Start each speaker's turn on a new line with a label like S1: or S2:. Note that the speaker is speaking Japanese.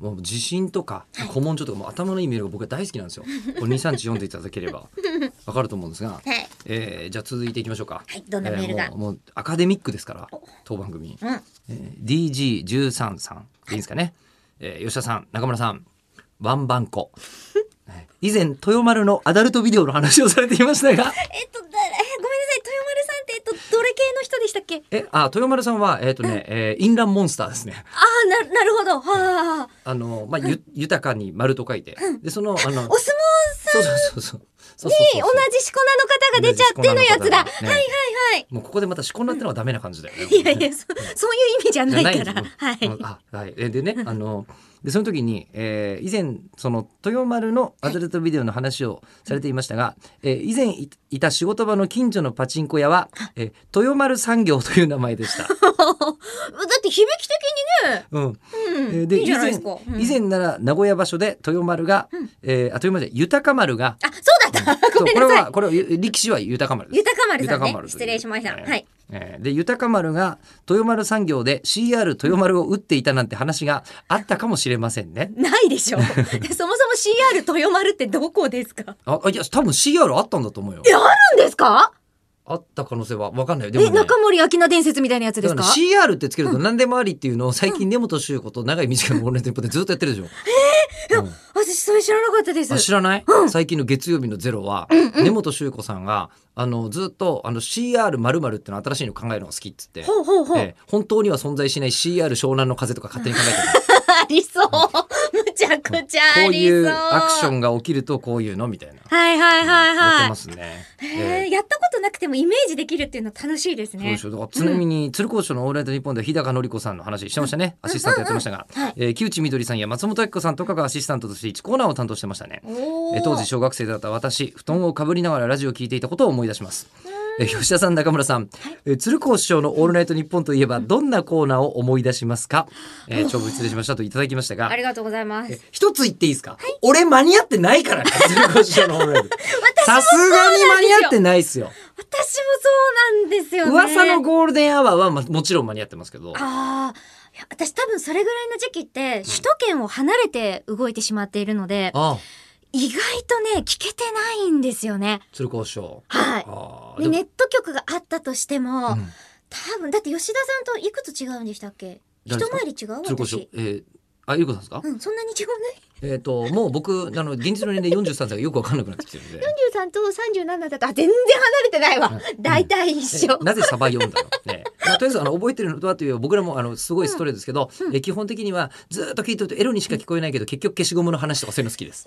S1: もう地震とか古文書とかもう頭のいいメールが僕は大好きなんです よ。これ23日読んでいただければわかると思うんですが、
S2: はい。
S1: えーじゃあ続いていきましょうか。
S2: はいどんなメールが
S1: えもうもうアカデミックですから当番組。
S2: うん。
S1: えー DG13 さんでいいんですかね、えー吉田さん中村さんワンバンコ えー以前豊丸のアダルトビデオの話をされていましたが
S2: えっと、だ、えごめんなさい、豊丸さんって、えっと、どれ系の人でしたっけ。
S1: えあ豊丸さんはえっ、とね、えー、インランモンスターですね
S2: ああ、な、なるほど。はあ。
S1: あのまあゆ豊かに丸と書いてでそのあの
S2: お相撲さ
S1: そうそうそうそうそうそうそう
S2: に同じしこ名の方が出ちゃってのやつだ。
S1: 同じしこ名の方がね
S2: はいはいはい。
S1: もうここでまたしこになってのはダメな感じだよね
S2: いやいや、そそういう意味じゃないから。はい。
S1: うんあはい、えでねあのでその時に、えー以前その豊丸のアダルトビデオの話をされていましたが、えー以前いいた仕事場の近所のパチンコ屋は、えー豊丸産業という名前で した。
S2: だって響き的にね。
S1: うん
S2: うん。
S1: えーで
S2: いいじゃない
S1: 以
S2: で
S1: 前
S2: すか。うん
S1: 以前なら名古屋場所で豊丸が、えーあ豊丸で豊か丸が
S2: あ、そうだった。ご
S1: そう
S2: めん
S1: こ
S2: な
S1: れ
S2: さい。
S1: はこれは力士は豊か丸です。
S2: 豊丸さん
S1: 豊
S2: ね
S1: 丸。という
S2: 失礼しました。
S1: え
S2: は
S1: ー
S2: い。
S1: えーで豊か丸が豊丸産業で CR 豊丸を打っていたなんて話があったかもしれませんね。
S2: ない でしょ。でそもそも CR 豊丸ってどこですか。
S1: ああいや多分 CR あったんだと思うよ
S2: え、。あるんですか。
S1: あった可能性はわかんないよ。でも
S2: え、
S1: ね。だ
S2: 中森明菜伝説みたいなやつで
S1: か
S2: す
S1: らね
S2: か。
S1: CR ってつけると何でもありっていうのを最近根本修子と長井短いのオンライン店舗でずっとやってるでしょ。うん
S2: 私それ知らなかったです。
S1: あ知らない、最近の月曜日のゼロは、根本修子さんがあのずっとあの CR まるまるっての新しいの考えるのが好きっつって、
S2: ほうほうほう。
S1: えー本当には存在しない CR 湘南の風とか勝手に考えてる。
S2: ありそう。むちゃくちゃ
S1: こ
S2: あ
S1: う
S2: りそ。
S1: いううアクションが起きるとこういうのみたいな。
S2: はいはいはい
S1: やって
S2: は
S1: ますね。
S2: い。
S1: え
S2: へ
S1: え
S2: え、やったことなくてもイメージできるっていうの楽しいです
S1: そうで
S2: ね
S1: し。ょう。だからちなみに鶴光師匠のオールナイトニッポンでは日高のり子さんの話してましたね。アシスタントやってましたが
S2: うんうんうんはい、
S1: えー木内みどりさんや松本明子さんとかがアシスタントとして1コーナーを担当してましたね。
S2: お
S1: えー
S2: ー
S1: 当時小学生だった私、布団をかぶりながらラジオを聞いていたことを思い出します。えー吉田さん、中村さん、えー鶴光師匠のオールナイトニッポンといえばどんなコーナーを思い出しますか。えー長文失礼しましたといただきましたが
S2: あ、りがとうございます。
S1: 一つ言っていいですか、俺間に合ってないからね鶴光師匠のオールナイトさすがに間に合ってないですよ
S2: 私もそうなんですよね。
S1: 噂のゴールデンアワーはまもちろん間に合ってますけど
S2: ああ。いや私多分それぐらいの時期って首都圏を離れて動いてしまっているので、
S1: ああ
S2: 意外とね、聞けてないんですよね。
S1: 鶴光師匠
S2: はい。
S1: ああ
S2: で、ネット局があったとしても、
S1: うん
S2: 多分、だって吉田さんといくつ違うんでしたっけ一
S1: 誰ですか
S2: 回り違う
S1: 鶴光師匠
S2: 私。
S1: えーあ、ゆうこさんですか、
S2: うん、そんなに違うない
S1: えっ、と、もう僕、あの、現実の年齢43歳がよくわかんなくなってきて るんで。
S2: 43と37だとあ全然離れてないわ
S1: うん
S2: 大体一緒
S1: えなぜサバ読んだの、ねまあ、とりあえずあの覚えてるのとはという僕らもあのすごいストレートですけど、え基本的にはずーっと聞いてるとエロにしか聞こえないけど結局消しゴムの話とかそういうの好きです。